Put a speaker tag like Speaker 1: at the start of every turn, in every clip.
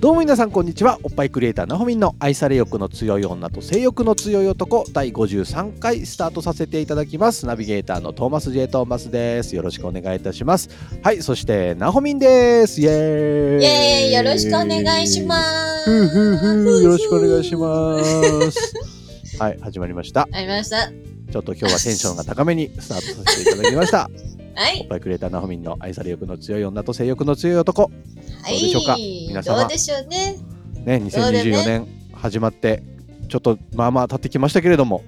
Speaker 1: どうも皆さんこんにちはおっぱいクリエイターなほみんの愛され欲の強い女と性欲の強い男第53回スタートさせていただきますナビゲーターのトーマス J トーマスですよろしくお願いいたしますはいそしてなほみんですイエーイ
Speaker 2: イエーイよろしくお願いしますす。
Speaker 1: ふうふうふうよろしくお願いし
Speaker 2: す。
Speaker 1: ます はい始まりました
Speaker 2: ありました。は
Speaker 1: ちょっと今日はテンションが高めにスタートさせていただきましたおっ
Speaker 2: い。
Speaker 1: ぱいクリエイターなほみんの愛され欲の強い女と性欲の強い男
Speaker 2: は
Speaker 1: どうで
Speaker 2: い。
Speaker 1: しょうか皆様
Speaker 2: どうでしょうね。
Speaker 1: ね、
Speaker 2: そうだ
Speaker 1: 2024
Speaker 2: ね
Speaker 1: 年始まってちょっとまあまあ経ってきましたけれども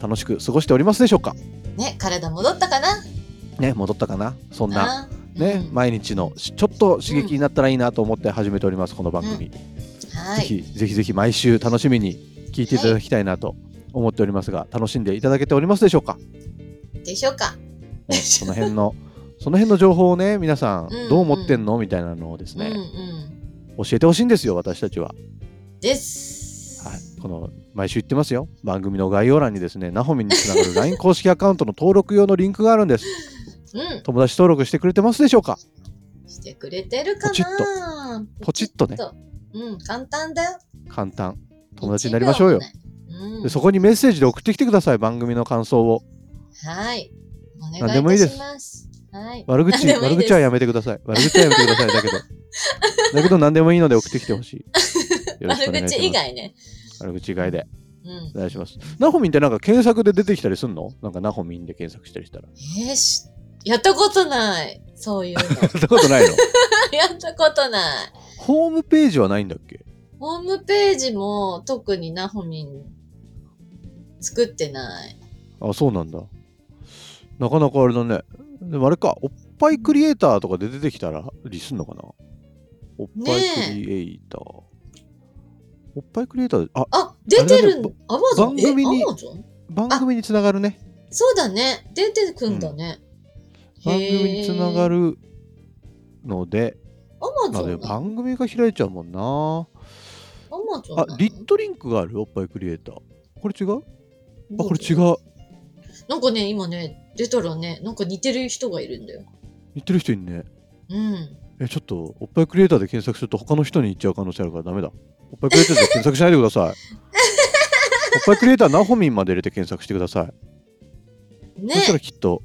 Speaker 1: 楽しく過ごしておりますでしょうか
Speaker 2: ね、体戻ったかな
Speaker 1: ね戻ったかなそんな
Speaker 2: あー
Speaker 1: ね
Speaker 2: うん
Speaker 1: 毎日のしちょっと刺激になったらいいなと思って始めておりますこの番組、ぜ
Speaker 2: はい。
Speaker 1: ひぜひぜひ毎週楽しみに聞いていただきたいなと思っておりますが楽しんでいただけておりますでしょうか、ね
Speaker 2: でしょうか。
Speaker 1: その辺のその辺の情報をね皆さん
Speaker 2: うん
Speaker 1: どう思ってんのみたいなのをです
Speaker 2: うんう
Speaker 1: ね、
Speaker 2: ん。
Speaker 1: 教えてほしいんですよ私たちは
Speaker 2: です。
Speaker 1: はい、この毎週言ってますよ番組の概要欄にですねナホミンにつながる LINE 公式アカウントの登録用のリンクがあるんです
Speaker 2: う
Speaker 1: 友達登録してくれてますでしょうか
Speaker 2: ん。してくれてるか
Speaker 1: ポチッ
Speaker 2: な
Speaker 1: ポチッとね
Speaker 2: うん、簡単だよ。
Speaker 1: 簡単友達になりましょうよ
Speaker 2: 一秒もない。う
Speaker 1: で
Speaker 2: ん。
Speaker 1: そこにメッセージで送ってきてください番組の感想を
Speaker 2: はい。お
Speaker 1: 何でも
Speaker 2: 願
Speaker 1: い
Speaker 2: い
Speaker 1: いで
Speaker 2: いた
Speaker 1: す
Speaker 2: します。はい。
Speaker 1: 悪口
Speaker 2: 何でもい
Speaker 1: 悪
Speaker 2: いです
Speaker 1: 口はやめてください悪口はやめてください だけどだけど何でもいいので送ってきてほしいよろしく
Speaker 2: 悪
Speaker 1: お願いします
Speaker 2: 口以外ね。
Speaker 1: 悪口以外で
Speaker 2: うん
Speaker 1: お。願いしますナホミンってなんか検索で出てきたりすんのなんかナホミンで検索したりしたら
Speaker 2: えー、し、やったことない。そういうの。
Speaker 1: やったことない の
Speaker 2: やったことない。
Speaker 1: ホームページはないんだっけ
Speaker 2: ホームページも特になほみん作ってない。
Speaker 1: あそうなんだなかなかあれだねでもあれかおっぱいクリエイターとかで出てきたらリスんのかなおっぱいクリエイター、おっぱいクリエイターあ
Speaker 2: あ、出てる
Speaker 1: あれだね
Speaker 2: んアマゾン
Speaker 1: 番組に
Speaker 2: え、アマゾン
Speaker 1: 番組につながるね
Speaker 2: そうだね。出てくんだね。
Speaker 1: 番組につなが
Speaker 2: る。
Speaker 1: るので
Speaker 2: アマ
Speaker 1: あ
Speaker 2: ゾ
Speaker 1: で
Speaker 2: ン
Speaker 1: も
Speaker 2: だ。
Speaker 1: 番組が開いちゃうもんな
Speaker 2: アマゾン
Speaker 1: あ
Speaker 2: だ。
Speaker 1: リットリンクがあるおっぱいクリエイターこれ違うあこれ違
Speaker 2: う。
Speaker 1: う
Speaker 2: なんかね、今ね、出たらね、なんか似てる人がいるんだよ。
Speaker 1: 言ってる人いんね
Speaker 2: うん。
Speaker 1: えちょっとおっぱいクリエイターで検索すると他の人に行っちゃう可能性あるからダメだおっぱいクリエイターで検索しないでくだ さいおっぱいクリエイターナホミンまで入れて検索してください、
Speaker 2: ね
Speaker 1: そし。たらきっと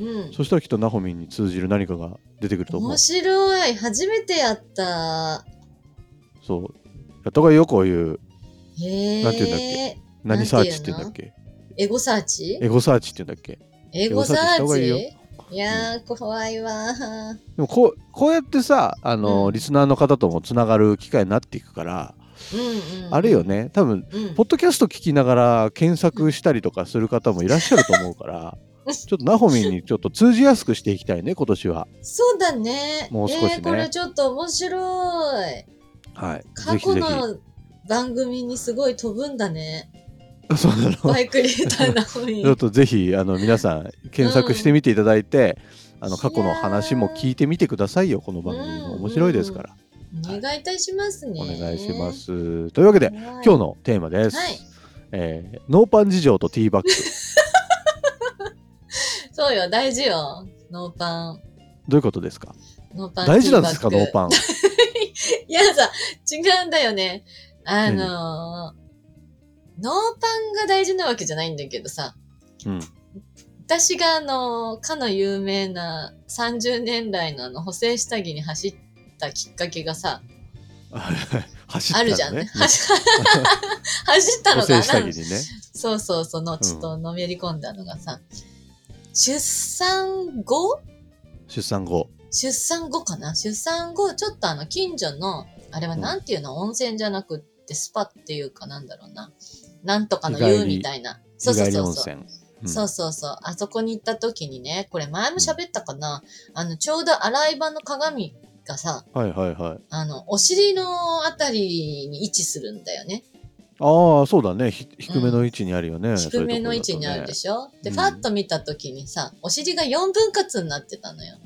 Speaker 2: うん。
Speaker 1: そしたらきっとナホミンに通じる何かが出てくると思う
Speaker 2: 面白い。初めてやった。
Speaker 1: そうやった方がいいよこういう
Speaker 2: へえ。
Speaker 1: なんて言うんだっ何サーチって言うんだっけ
Speaker 2: エゴサーチ
Speaker 1: エゴサーチって言うんだっけで
Speaker 2: エゴサー
Speaker 1: エゴサーチした方がいいよ
Speaker 2: チいやー、怖いわー。
Speaker 1: もこうこうやってさあの、
Speaker 2: うん
Speaker 1: リスナーの方ともつながる機会になっていくから、
Speaker 2: うんうん、
Speaker 1: あるよ。ね多分
Speaker 2: うん、
Speaker 1: ポッドキャスト聞きながら検索したりとかする方もいらっしゃると思う から、ちょっとナホミンにちょっと通じやすくしていきたいね、今年は。
Speaker 2: そうだね。
Speaker 1: もう少しね
Speaker 2: えーこれちょっと面白い。
Speaker 1: はい。ぜ
Speaker 2: 過
Speaker 1: ひ
Speaker 2: 去
Speaker 1: ぜ
Speaker 2: の番組にすごい飛ぶんだね。
Speaker 1: ひ。 そうなの。ち
Speaker 2: バイクリエイターな のに。
Speaker 1: ょっとぜひ、あの、皆さん、検索してみていただいて、あの、過去の話も聞いてみてくださいよ、この番組も。面白いですから。
Speaker 2: お願いいたしますね。
Speaker 1: お願いしま。す。というわけで、
Speaker 2: 今
Speaker 1: 今日のテーマです。
Speaker 2: はい
Speaker 1: えーノーパン事情とティーバッグ。
Speaker 2: そうよ、大事よ。ノーパン。
Speaker 1: どういうことですか
Speaker 2: ノーパン。
Speaker 1: 大事なんですか、
Speaker 2: テ
Speaker 1: ノ
Speaker 2: ィ
Speaker 1: ーパ
Speaker 2: バッ
Speaker 1: ン。
Speaker 2: グ いやさ、違うんだよね。あのーノーパンが大事なわけじゃないんだけどさ。
Speaker 1: うん。
Speaker 2: 私があの、かの有名な30年来のあの補正下着に走ったきっかけがさ、
Speaker 1: 走った
Speaker 2: あ
Speaker 1: のね。
Speaker 2: るじゃんね。走走った
Speaker 1: 補
Speaker 2: のが
Speaker 1: 正下
Speaker 2: な
Speaker 1: 着
Speaker 2: ん
Speaker 1: にね。
Speaker 2: そうそう、その、ちょっとのめり込んだのがさ、出産後
Speaker 1: 出産後。
Speaker 2: 出産後かな出産後、ちょっとあの、近所の、あれはなんていうの、温泉じゃなくってスパっていうかなんだろうな。なんとかの湯みたいな。そうそう
Speaker 1: 日帰り
Speaker 2: そ
Speaker 1: 温
Speaker 2: うそう。
Speaker 1: 泉。うん
Speaker 2: そうそうそう。あそこに行った時にね、これ前も喋ったかな、あの、ちょうど洗い場の鏡がさ、
Speaker 1: はいはいはい。
Speaker 2: あの、お尻のあたりに位置するんだよね。
Speaker 1: ああ、そうだね。ひ低めの位置にあるよね。
Speaker 2: 低めの位置にあるで
Speaker 1: し
Speaker 2: しょで、
Speaker 1: うん
Speaker 2: ファッと見た時にさ、お尻が4分割になってたのよ。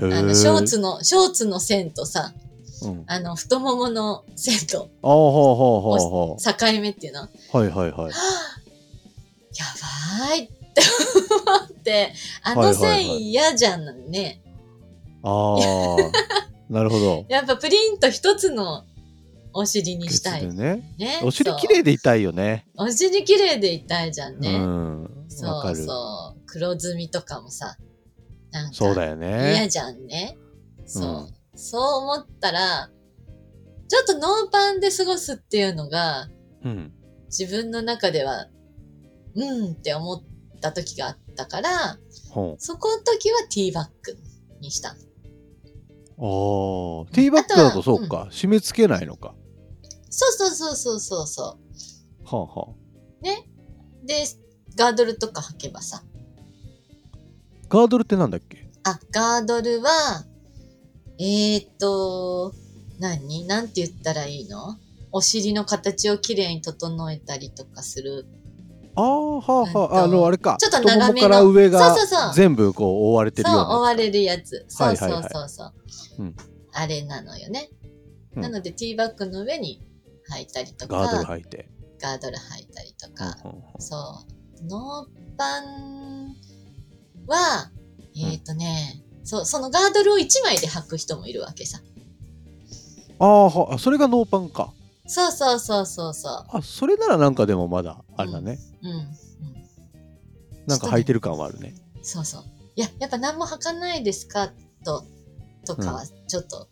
Speaker 1: ょ
Speaker 2: あの、ショー。ツの、ショーツの線とさ、
Speaker 1: うん、あ
Speaker 2: あの、太ももの線と
Speaker 1: あ、ほうほうほうほ
Speaker 2: 境目っていうの。は
Speaker 1: う。はいはいはい。
Speaker 2: あやばいって思って、あの
Speaker 1: はいはいは
Speaker 2: 線
Speaker 1: い
Speaker 2: 嫌じゃんね。
Speaker 1: ああ、なるほど。
Speaker 2: やっぱプリンと一つのお尻にしたい
Speaker 1: ケツでね。
Speaker 2: ね。
Speaker 1: お尻綺麗
Speaker 2: そう
Speaker 1: でいたいよね。
Speaker 2: お尻綺麗でいたいじゃんね。
Speaker 1: うん。わ
Speaker 2: そ
Speaker 1: か
Speaker 2: う
Speaker 1: る。
Speaker 2: そう。黒ずみとかもさ、なんか
Speaker 1: そうだよ
Speaker 2: 嫌
Speaker 1: ね。
Speaker 2: じゃんね。そう。
Speaker 1: うん
Speaker 2: そう思ったら、ちょっとノーパンで過ごすっていうのが、
Speaker 1: うん。
Speaker 2: 自分の中では、うんって思った時があったから、
Speaker 1: ほ
Speaker 2: そこの時はティーバッグにした。
Speaker 1: う。ああ。ティーバッグだとそうか。締め付けないのか。
Speaker 2: そうそうそうそうそうそ
Speaker 1: はあはあ。
Speaker 2: う。で、ガードルとか履けばさ。
Speaker 1: ガードルってなんだっけ
Speaker 2: あ、ガードルは、えーっと、何なんて言ったらいいのお尻の形をきれいに整えたりとかする。
Speaker 1: ああ、はあはあ。あ
Speaker 2: うんと
Speaker 1: の、あれか。
Speaker 2: ちょっと長
Speaker 1: 太も
Speaker 2: めの
Speaker 1: もから上が
Speaker 2: そうそうそう
Speaker 1: 全部こう覆われてる
Speaker 2: そう、
Speaker 1: ような。
Speaker 2: 追われるやつ。そ
Speaker 1: は
Speaker 2: う
Speaker 1: いはい
Speaker 2: そ
Speaker 1: はい
Speaker 2: うそうそう。
Speaker 1: うん
Speaker 2: あれなのよね。
Speaker 1: うん
Speaker 2: なので、ティーバッグの上に履いたりとか、
Speaker 1: ガードル
Speaker 2: ガ
Speaker 1: 履いて。
Speaker 2: ードル履いたりと
Speaker 1: うん
Speaker 2: か、
Speaker 1: うんうん
Speaker 2: そう。ノーパンは、えーっとね、そう、そのガードルを1枚で履く人もいるわけさ。
Speaker 1: ああ、はあそれがノーパンか。
Speaker 2: そうそうそうそうそ
Speaker 1: あ、それならなんかでもまだ、あれだね。
Speaker 2: う。うん。
Speaker 1: なんか履いてる感はあるね。
Speaker 2: そうそう。いや、やっぱ何も履かないですかと、とかは、ちょっと、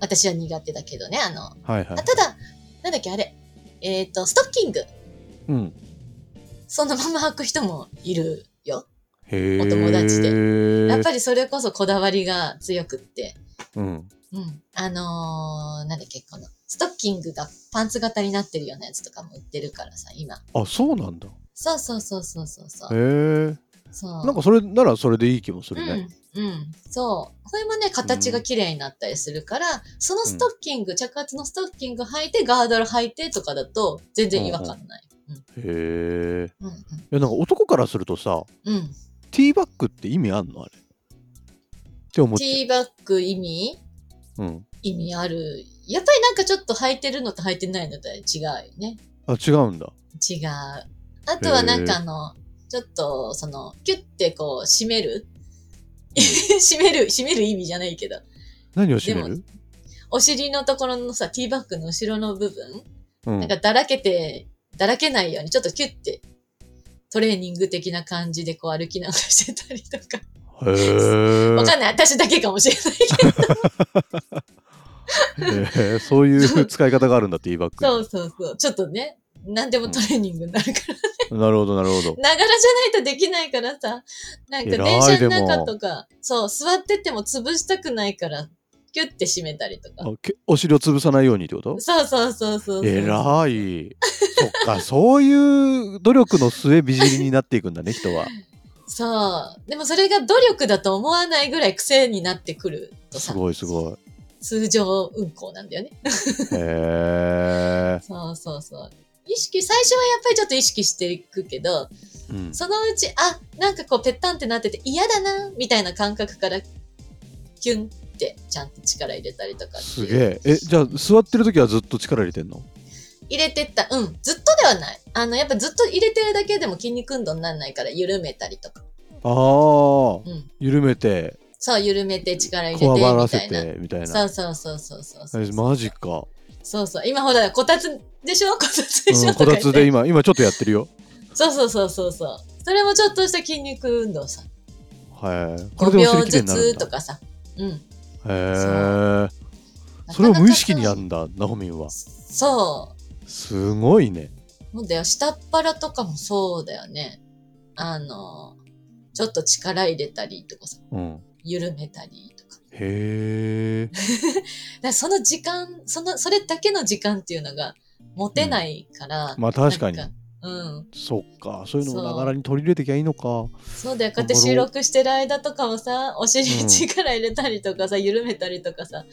Speaker 2: 私は苦手だけどね、あの、
Speaker 1: はいはい
Speaker 2: あ。ただ、なんだっけ、あれ、えっ、と、ストッキング、
Speaker 1: うん。
Speaker 2: そのまま履く人もいるよ。
Speaker 1: へえ。
Speaker 2: お友達
Speaker 1: で
Speaker 2: やっぱりそれこそこだわりが強くって、
Speaker 1: うん。
Speaker 2: うん。あのー、なんだっけ、この、ストッキングがパンツ型になってるようなやつとかも売ってるからさ、今。
Speaker 1: あ、そうなんだ。
Speaker 2: そうそうそうそうそうそ
Speaker 1: へ
Speaker 2: う。
Speaker 1: え。
Speaker 2: そう
Speaker 1: なんかそれならそれでいい気もす
Speaker 2: う
Speaker 1: るね。
Speaker 2: ん、うん、そう。これもね、形が綺麗になったりするから、そのストッキング、着圧のストッキング履いて、ガードル履いてとかだと、全然違和感ない。
Speaker 1: へえ。い
Speaker 2: うん、うん、
Speaker 1: やなんか男からするとさ、
Speaker 2: うん。
Speaker 1: ティーバッグって意味あんのあれ。って思っ
Speaker 2: テ
Speaker 1: て。
Speaker 2: ィーバッグ意味
Speaker 1: うん。
Speaker 2: 意味ある。やっぱりなんかちょっと履いてるのと履いてないのとは違うよね。
Speaker 1: あ、違うんだ。
Speaker 2: 違う。あとはなんかあの、ちょっとその、キュッてこう、締める 締める、締める意味じゃないけど。
Speaker 1: 何を締める？
Speaker 2: お尻のところのさ、ティーバッグの後ろの部分、
Speaker 1: うん。
Speaker 2: なんかだらけて、だらけないようにちょっとキュッて、トレーニング的な感じでこう歩きながらしてたりとか。
Speaker 1: へえ。
Speaker 2: わかんない。私だけかもしれないけど。
Speaker 1: へえそういう使い方があるんだティーバッグ。
Speaker 2: そうそうそう。ちょっとね、何でもトレーニングになるから。
Speaker 1: なるほどなるほど。
Speaker 2: ながらじゃないとできないからさ、なんか電車の中とか、そう、座ってても潰したくないから、キュッて閉めたりとか。
Speaker 1: あけお尻を潰さないようにってこと
Speaker 2: そうそうそうそうそう。
Speaker 1: えらい。そっか、 そういう努力の末、美尻になっていくんだね、人は。
Speaker 2: そう。でもそれが努力だと思わないぐらい癖になってくると
Speaker 1: す
Speaker 2: さ、
Speaker 1: ごいすごい。
Speaker 2: 通常運行なんだよね。
Speaker 1: へえ。
Speaker 2: そうそうそう。意識、最初はやっぱりちょっと意識していくけど、
Speaker 1: うん。
Speaker 2: そのうち、あ、なんかこうぺったんってなってて嫌だな、みたいな感覚から、キュンってちゃんと力入れたりとかっていう。
Speaker 1: すげえ。え、じゃあ、座ってる時はずっと力入れてんの
Speaker 2: 入れてった。うん。ずっとではない。あの、やっぱずっと入れてるだけでも筋肉運動にならないから緩めたりとか。
Speaker 1: ああ、
Speaker 2: うん。
Speaker 1: 緩めて、
Speaker 2: そう、緩めて力入れて
Speaker 1: こわばら
Speaker 2: み
Speaker 1: せ
Speaker 2: たいな。
Speaker 1: て、みたい
Speaker 2: そ
Speaker 1: な。
Speaker 2: うそうそうそうそうそう
Speaker 1: えマジか。
Speaker 2: そうそう。今ほら、こたつでしょこたつでしょ、
Speaker 1: うん
Speaker 2: と
Speaker 1: こ
Speaker 2: か言
Speaker 1: たつ
Speaker 2: って
Speaker 1: で今、今ちょっとやってるよ。
Speaker 2: そうそうそうそうそう。それもちょっとした筋肉運動さ。
Speaker 1: はい。これで
Speaker 2: 5
Speaker 1: お尻き
Speaker 2: 秒
Speaker 1: れい
Speaker 2: ず
Speaker 1: になる
Speaker 2: つ
Speaker 1: ん
Speaker 2: と
Speaker 1: だ。
Speaker 2: かさ。うん。
Speaker 1: へえ。それを無意識にや
Speaker 2: る
Speaker 1: るんだ、ナホミンは。
Speaker 2: そ
Speaker 1: すごいね。
Speaker 2: う。もうだよ。下っ腹とかもそうだよね。あの、ちょっと力入れたりとかさ。
Speaker 1: うん。
Speaker 2: 緩めたりとか。
Speaker 1: へえ。
Speaker 2: だからその時間そのそれだけの時間っていうのが持てないから、
Speaker 1: まあ確かに
Speaker 2: なんうん。
Speaker 1: そっかそういうのも
Speaker 2: そう
Speaker 1: ながらに取り入れてきゃいいのか
Speaker 2: そうだよ。こうやっ
Speaker 1: 頑張ろ
Speaker 2: て
Speaker 1: う
Speaker 2: 収録してる間とかもさ、お尻
Speaker 1: う
Speaker 2: に
Speaker 1: ん
Speaker 2: 力入れたりとかさ、緩めたりとかさ、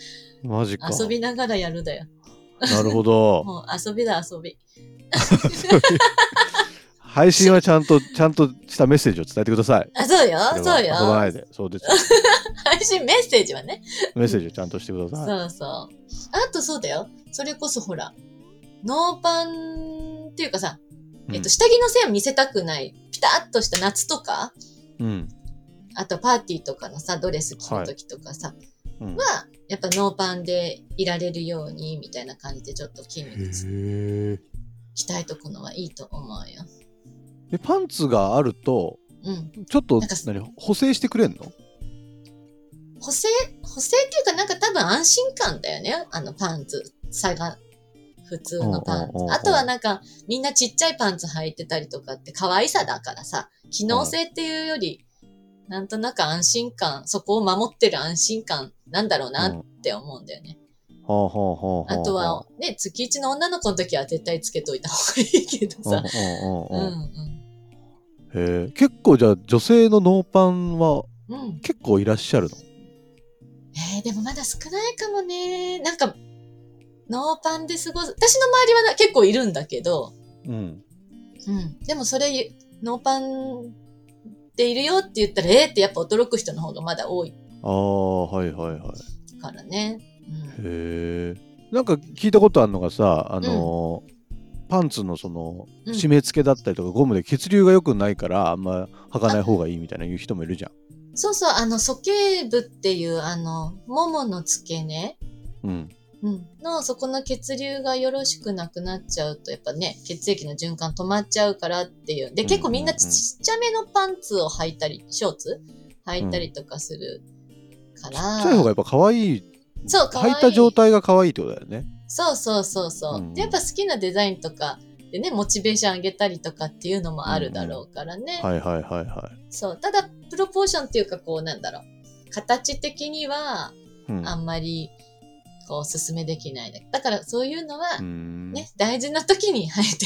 Speaker 1: マジか
Speaker 2: 遊びながらやるだよ。
Speaker 1: なるほ ど
Speaker 2: もう遊びだ、遊び。
Speaker 1: 配信はちゃんとちゃんとしたメッセージを伝えてください
Speaker 2: あ、そうよ、
Speaker 1: れは
Speaker 2: そう
Speaker 1: 遊
Speaker 2: よ。
Speaker 1: ばないでそう です
Speaker 2: 配信メッセージはね。
Speaker 1: メッセージをちゃんとしてください
Speaker 2: そうそう。あとそうだよ。それこそほら、ノーパンっていうかさ、
Speaker 1: うん
Speaker 2: えっと、下着の線を見せたくない、ピタッとした夏とか、
Speaker 1: うん
Speaker 2: あとパーティーとかのさ、ドレス着る時とかさ、
Speaker 1: うん
Speaker 2: は、やっぱノーパンでいられるように、みたいな感じでちょっと筋肉鍛
Speaker 1: へ
Speaker 2: えとくのはいいと思うよ。
Speaker 1: えパンツがあると
Speaker 2: うん。
Speaker 1: ちょっと
Speaker 2: なんか
Speaker 1: 何補正してくれんの
Speaker 2: 補正、補正っていうかなんか多分安心感だよね。あのパンツ、差が。普通のパン
Speaker 1: うんうんうんうん
Speaker 2: ツ。あとはなんかみんなちっちゃいパンツ履いてたりとかって可愛さだからさ、機能性っていうより、なんとなく安心感、そこを守ってる安心感なんだろうなって思うんだよね。
Speaker 1: はあはあはあ
Speaker 2: あとはね、月一の女の子の時は絶対つけといた方がいいけど
Speaker 1: うんう
Speaker 2: さ。
Speaker 1: ん
Speaker 2: う
Speaker 1: うん
Speaker 2: ん
Speaker 1: う
Speaker 2: うんん。
Speaker 1: へえ結構じゃあ女性のノーパンは
Speaker 2: うん。
Speaker 1: 結構いらっしゃるの
Speaker 2: えー、でもまだ少ないかもね。なんか、ノーパンで過ごす。私の周りはな結構いるんだけど、
Speaker 1: うん
Speaker 2: うん。でもそれ、ノーパンでいるよって言ったら、えーってやっぱ驚く人の方がまだ多い
Speaker 1: ああはいはいはい
Speaker 2: からね。うん。
Speaker 1: へえなんか聞いたことあるのがさあのーパンツのその
Speaker 2: うん
Speaker 1: 締め付けだったりとかゴムで血流が良くないからあんま履かない方がいいみたいな言う人もいるじゃん。
Speaker 2: そうそう、あの、鼠径部っていう、あの、ももの付け根、
Speaker 1: うん、
Speaker 2: うん、の、そこの血流がよろしくなくなっちゃうと、やっぱね、血液の循環止まっちゃうからっていう。で、結構みんな
Speaker 1: うんうん
Speaker 2: ち
Speaker 1: うん
Speaker 2: ちっちゃめのパンツを履いたり、ショーツ履いたりとかするから。
Speaker 1: ちっちゃい方がやっぱ可愛い
Speaker 2: そう可愛い
Speaker 1: 履いた状態が可愛いってことだよね。
Speaker 2: そうそうそうそう。
Speaker 1: うん
Speaker 2: でやっぱ好きなデザインとかでね、モチベーション上げたりとかっていうのもあるだろうからね。
Speaker 1: はいはいはいは
Speaker 2: そう。ただ、プロポーションっていうか、こう、なんだろう。形的には、
Speaker 1: い。うん
Speaker 2: あんまり、こう、おすすめできないね。だから、そういうのは、
Speaker 1: うーん
Speaker 2: ね、大事な時に履いてっ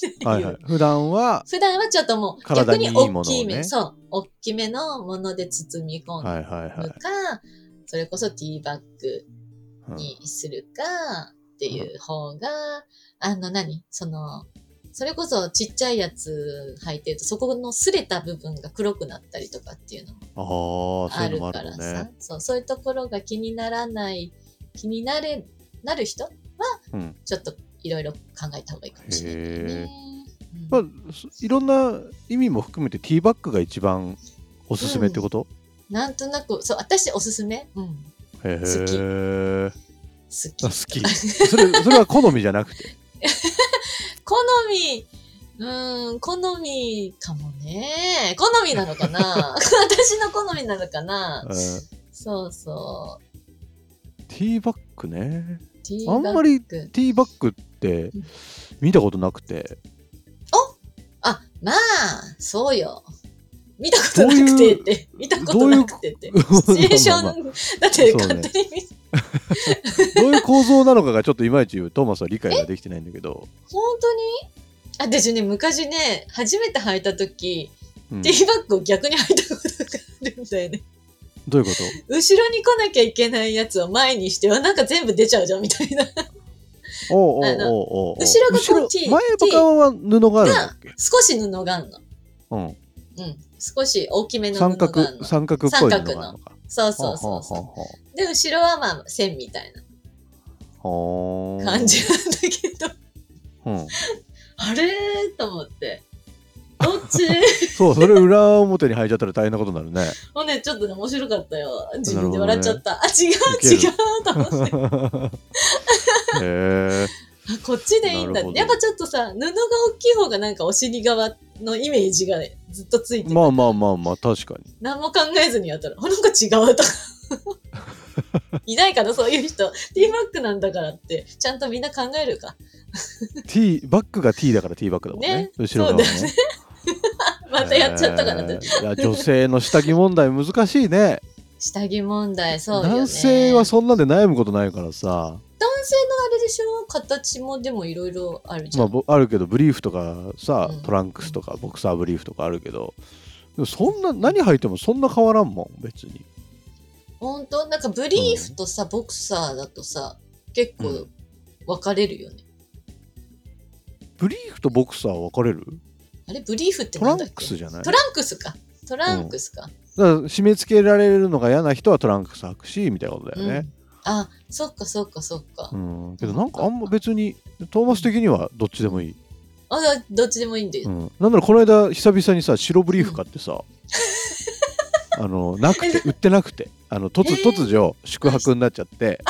Speaker 2: ていう。
Speaker 1: はいはい、普段は、
Speaker 2: 普段はちょっともう、
Speaker 1: 体
Speaker 2: 逆
Speaker 1: にい
Speaker 2: に
Speaker 1: いものをね
Speaker 2: 大きい目、そう、大きめのもので包み込んで
Speaker 1: はいはいは
Speaker 2: む
Speaker 1: い
Speaker 2: か、それこそティーバッグ
Speaker 1: うん。
Speaker 2: にするかっていう方が、あの何そのそれこそちっちゃいやつ履いてるとそこの擦れた部分が黒くなったりとかっていうのも
Speaker 1: ああそうい
Speaker 2: あ
Speaker 1: うの
Speaker 2: る
Speaker 1: もあ
Speaker 2: か
Speaker 1: るも
Speaker 2: ら
Speaker 1: ん
Speaker 2: さ
Speaker 1: ね。
Speaker 2: そうそういうところが気にならない気になれなる人は
Speaker 1: うん
Speaker 2: ちょっといろいろ考えた方がいいかもしれない
Speaker 1: へ
Speaker 2: ね
Speaker 1: ー。
Speaker 2: うん
Speaker 1: まあそいろんな意味も含めてティーバッグが一番おすすめってこと、
Speaker 2: なんとなくそう私おすすめ、うん、
Speaker 1: へえ。
Speaker 2: 好き
Speaker 1: あ好き。それそれは好みじゃなく て。
Speaker 2: 好み、うーん、好みかもね。好みなの かな私の好みなのかな
Speaker 1: うん
Speaker 2: そうそう。
Speaker 1: ティーバッグね。
Speaker 2: ティー
Speaker 1: あ
Speaker 2: バ
Speaker 1: ん
Speaker 2: ッグ
Speaker 1: まりティーバッグって
Speaker 2: うん
Speaker 1: 見たことなくて、
Speaker 2: あ、まあ、そうよ。見たことなくてって。 見たことなくてって。
Speaker 1: どういう
Speaker 2: シチュエーション、
Speaker 1: まあ
Speaker 2: だって
Speaker 1: そうね
Speaker 2: 勝手に見、
Speaker 1: どういう構造なのかがちょっといまいちトーマスは理解ができてないんだけど、
Speaker 2: 本当にあ、私ね、昔ね、初めて履いた時、
Speaker 1: うん
Speaker 2: ティーバッグを逆に履いたことがあるんだよね。
Speaker 1: どういうこ
Speaker 2: 後ろに来なきゃいけないやつを前にして、あなんか全部出ちゃうじゃんみたいな。
Speaker 1: とおうおう
Speaker 2: あ
Speaker 1: おう
Speaker 2: の
Speaker 1: おうおう
Speaker 2: 後ろがこっち
Speaker 1: 前側は布があるんだっけ、
Speaker 2: 少し布があるの。
Speaker 1: うん、
Speaker 2: うん、少し大きめの
Speaker 1: 三
Speaker 2: 布がある
Speaker 1: 角
Speaker 2: の。
Speaker 1: 三角っぽい布があるのか
Speaker 2: そうそうそう
Speaker 1: は
Speaker 2: そう。で、後ろはまあ線みたい
Speaker 1: あはあはあはあ
Speaker 2: な感じなんだけど、
Speaker 1: うん、
Speaker 2: あれーと思って。どっ ち
Speaker 1: そうそれ裏表に履いちゃったら大変なことになる ね
Speaker 2: もうね、ちょっとね、面白かったよ。自
Speaker 1: なる
Speaker 2: 分
Speaker 1: ほど
Speaker 2: で
Speaker 1: ね
Speaker 2: 笑っちゃった。あ、違
Speaker 1: ウケ
Speaker 2: う
Speaker 1: る
Speaker 2: 違うと思って。
Speaker 1: へえ
Speaker 2: あ、こっちでいいん
Speaker 1: な
Speaker 2: だ
Speaker 1: るほど
Speaker 2: やっぱちょっとさ、布が大きい方がなんかお尻側のイメージがね、ずっとついてて、
Speaker 1: まあまあまあまあ確かに
Speaker 2: 何も考えずにやったら、あ、なんか違 うとか。いないからそういう人。ティーバッグなんだからって、ちゃんとみんな考えるか。
Speaker 1: T バックが T だから T バックだもんね
Speaker 2: ね
Speaker 1: 後ろ側も
Speaker 2: そうだよ
Speaker 1: ね
Speaker 2: またやっちゃったから
Speaker 1: え
Speaker 2: ね。
Speaker 1: ーいや女性の下着問題難しいね
Speaker 2: 下着問題、そうよね。
Speaker 1: 男性は
Speaker 2: 男
Speaker 1: そんなんで悩むことないからさ
Speaker 2: 性のあれでしょ形もでもいろいろあるじ
Speaker 1: ま
Speaker 2: ゃ
Speaker 1: あ、
Speaker 2: ん。
Speaker 1: ぼあるけどブリーフとかさ
Speaker 2: うん
Speaker 1: トランクスとかボクサーブリーフとかあるけどでもそんな何履いてもそんな変わらんもん別に
Speaker 2: 本当なんかブリーフとさ、ボクサーだとさ、結構分かれるよね。
Speaker 1: ブリーフとボクサーは分かれる
Speaker 2: あれブリーフって
Speaker 1: トラ
Speaker 2: な
Speaker 1: ン
Speaker 2: んだっ
Speaker 1: ク
Speaker 2: け
Speaker 1: スじゃない
Speaker 2: ト
Speaker 1: だ
Speaker 2: ランクスか。トランクスか。
Speaker 1: から締め付けられるのが嫌な人はトランクス履くしみたいなことだよね、
Speaker 2: あ、そっかそっかそっか。
Speaker 1: うん、けどなんかあんま別にトーマス的にはどっちでもいい、
Speaker 2: あ、だどっちでもいいんだ
Speaker 1: う
Speaker 2: よ。
Speaker 1: ん、なんならこの間久々にさ白ブリーフ買ってさ、あのなくて売ってなくてあの突
Speaker 2: へー
Speaker 1: 突如宿泊になっちゃって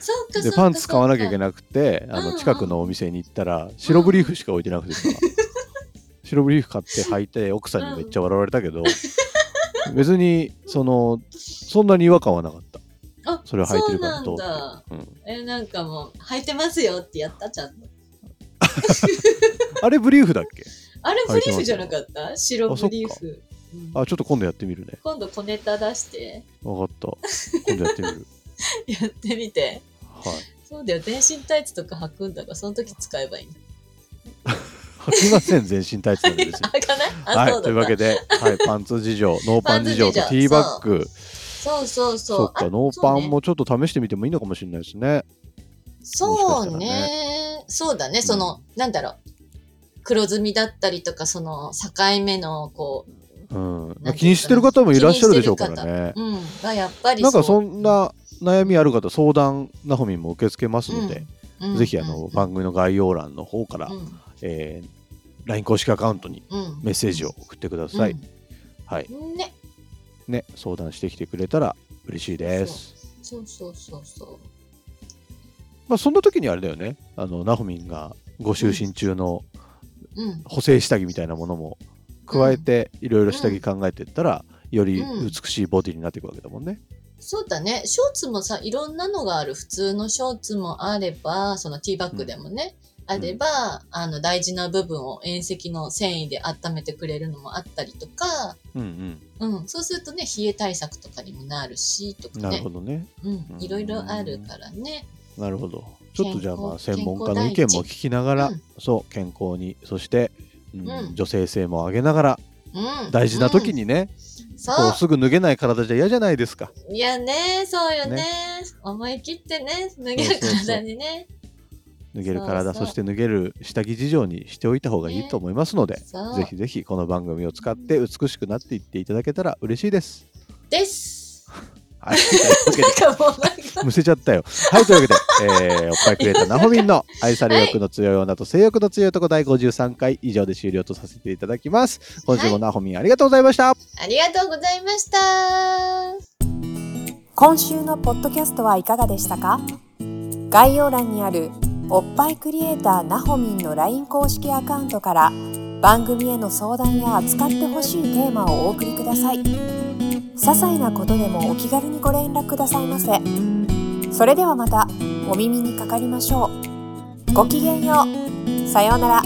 Speaker 2: そっかそっかそっ
Speaker 1: で
Speaker 2: か。
Speaker 1: パンツ買わなきゃいけなくてあ
Speaker 2: うんう
Speaker 1: の
Speaker 2: ん
Speaker 1: 近くのお店に行ったら白ブリーフしか置いてなくてさ白ブリーフ買って履いて奥さんにめっちゃ笑われた けど別にそのそんなに違和感はなかった、
Speaker 2: あ
Speaker 1: それを履いてるから
Speaker 2: そ
Speaker 1: ど
Speaker 2: う
Speaker 1: う
Speaker 2: なんだ。
Speaker 1: うん、
Speaker 2: え、なんかもう、履いてますよってやったちゃんと。
Speaker 1: あれブリーフだっけ
Speaker 2: あれ
Speaker 1: 履
Speaker 2: ブ
Speaker 1: いてま
Speaker 2: リ
Speaker 1: す
Speaker 2: ーフじゃなかった白
Speaker 1: あそ
Speaker 2: ブ
Speaker 1: っか
Speaker 2: リーフ。うん
Speaker 1: あちょっと今度やってみるね
Speaker 2: 今度小ネタ出して、
Speaker 1: わかった今度やってみる
Speaker 2: やってみて。
Speaker 1: はい
Speaker 2: そうだよ、全身タイツとか履くんだから、その時使えばいいんだ。
Speaker 1: 履きません全身タイツなんで別に
Speaker 2: 履かない あ、
Speaker 1: は
Speaker 2: そうだ
Speaker 1: い、というわけ
Speaker 2: で。
Speaker 1: で、はい、パンツ事 情、ノーパン事情と
Speaker 2: パンツ事情
Speaker 1: ティーバッグ、
Speaker 2: そうそうそう。
Speaker 1: そっか、
Speaker 2: あ
Speaker 1: ノーパン
Speaker 2: そうね
Speaker 1: もちょっと試してみてもいいのかもしれないですね。
Speaker 2: そうね。そうだね。その、なんだろう。黒ずみだったりとか、その境目の、こ
Speaker 1: うん
Speaker 2: なんていうかな
Speaker 1: 気にしてる方もいらっしゃるでしょうからね
Speaker 2: う、。うん、がやっぱり
Speaker 1: なんか
Speaker 2: う
Speaker 1: そんな悩みある方、相談、なほみんも受け付けますので、
Speaker 2: うん
Speaker 1: ぜひあの、番組の概要欄の方から、
Speaker 2: うん
Speaker 1: えー LINE 公式アカウントに
Speaker 2: うん
Speaker 1: メッセージを送ってください。はい、
Speaker 2: うんね。
Speaker 1: ね、相談してきてくれたら嬉しいです。
Speaker 2: そうそうそうそう。
Speaker 1: まあ、そんな時にあれだよね、あのなほみんがご就寝中の
Speaker 2: うん、
Speaker 1: 補正下着みたいなものも加えていろいろ下着考えていったら、より
Speaker 2: うん
Speaker 1: 美しいボディになっていくわけだもんね。
Speaker 2: そうだね。ショーツもさ、いろんなのがある。普通のショーツもあれば、そのティーバッグでもね、あれば、あの、大事な部分を遠赤の繊維で温めてくれるのもあったりとか、
Speaker 1: うん
Speaker 2: うん、そうするとね、冷え対策とかにもなるし、と
Speaker 1: うん、な
Speaker 2: か
Speaker 1: る
Speaker 2: ね
Speaker 1: ほ。どね。
Speaker 2: うん、いろいろあるからね。
Speaker 1: なるほど。ちょっとじゃあまあ専
Speaker 2: 健康
Speaker 1: 門家の意見も聞きながら、
Speaker 2: うん
Speaker 1: そう健康にそして、うん
Speaker 2: うん
Speaker 1: 女性性も上げながら
Speaker 2: うん。
Speaker 1: 大事な時にね、
Speaker 2: うん。
Speaker 1: こう
Speaker 2: そ
Speaker 1: すぐ脱げない体じゃ嫌じゃないですか。
Speaker 2: う。いやね、そうよね。
Speaker 1: ね
Speaker 2: 思い切ってね、脱げる体にね。
Speaker 1: 脱げる
Speaker 2: そ
Speaker 1: 体
Speaker 2: う
Speaker 1: そ
Speaker 2: そう
Speaker 1: して脱げる下着事情にしておいた方がいいと思いますので、
Speaker 2: そう。
Speaker 1: ぜひぜひこの番組を使って美しくなっていっていただけたら嬉しいです。
Speaker 2: です。
Speaker 1: はい、というわけで
Speaker 2: なんかもうなんか、
Speaker 1: むせちゃったよ。はい、というわけで、えー、おっぱいくれたなほみんの愛され欲の強い女と性欲の強い男第53回以上で終了とさせていただきます。今週もなほみんありがとうございました。
Speaker 2: ありがとうございました。
Speaker 3: 今週のポッドキャストはいかがでしたか概要欄にあるおっぱいクリエイターなほみんの LINE 公式アカウントから番組への相談や扱ってほしいテーマをお送りください些細なことでもお気軽にご連絡くださいませそれではまたお耳にかかりましょうごきげんようさようなら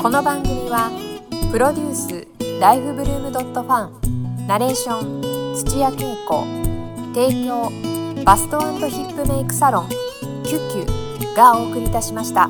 Speaker 3: この番組は「プロデュースライフブルームドットファンナレーション土屋恵子提供バストヒップメイクサロン「キュッキュ」がお送りいたしました。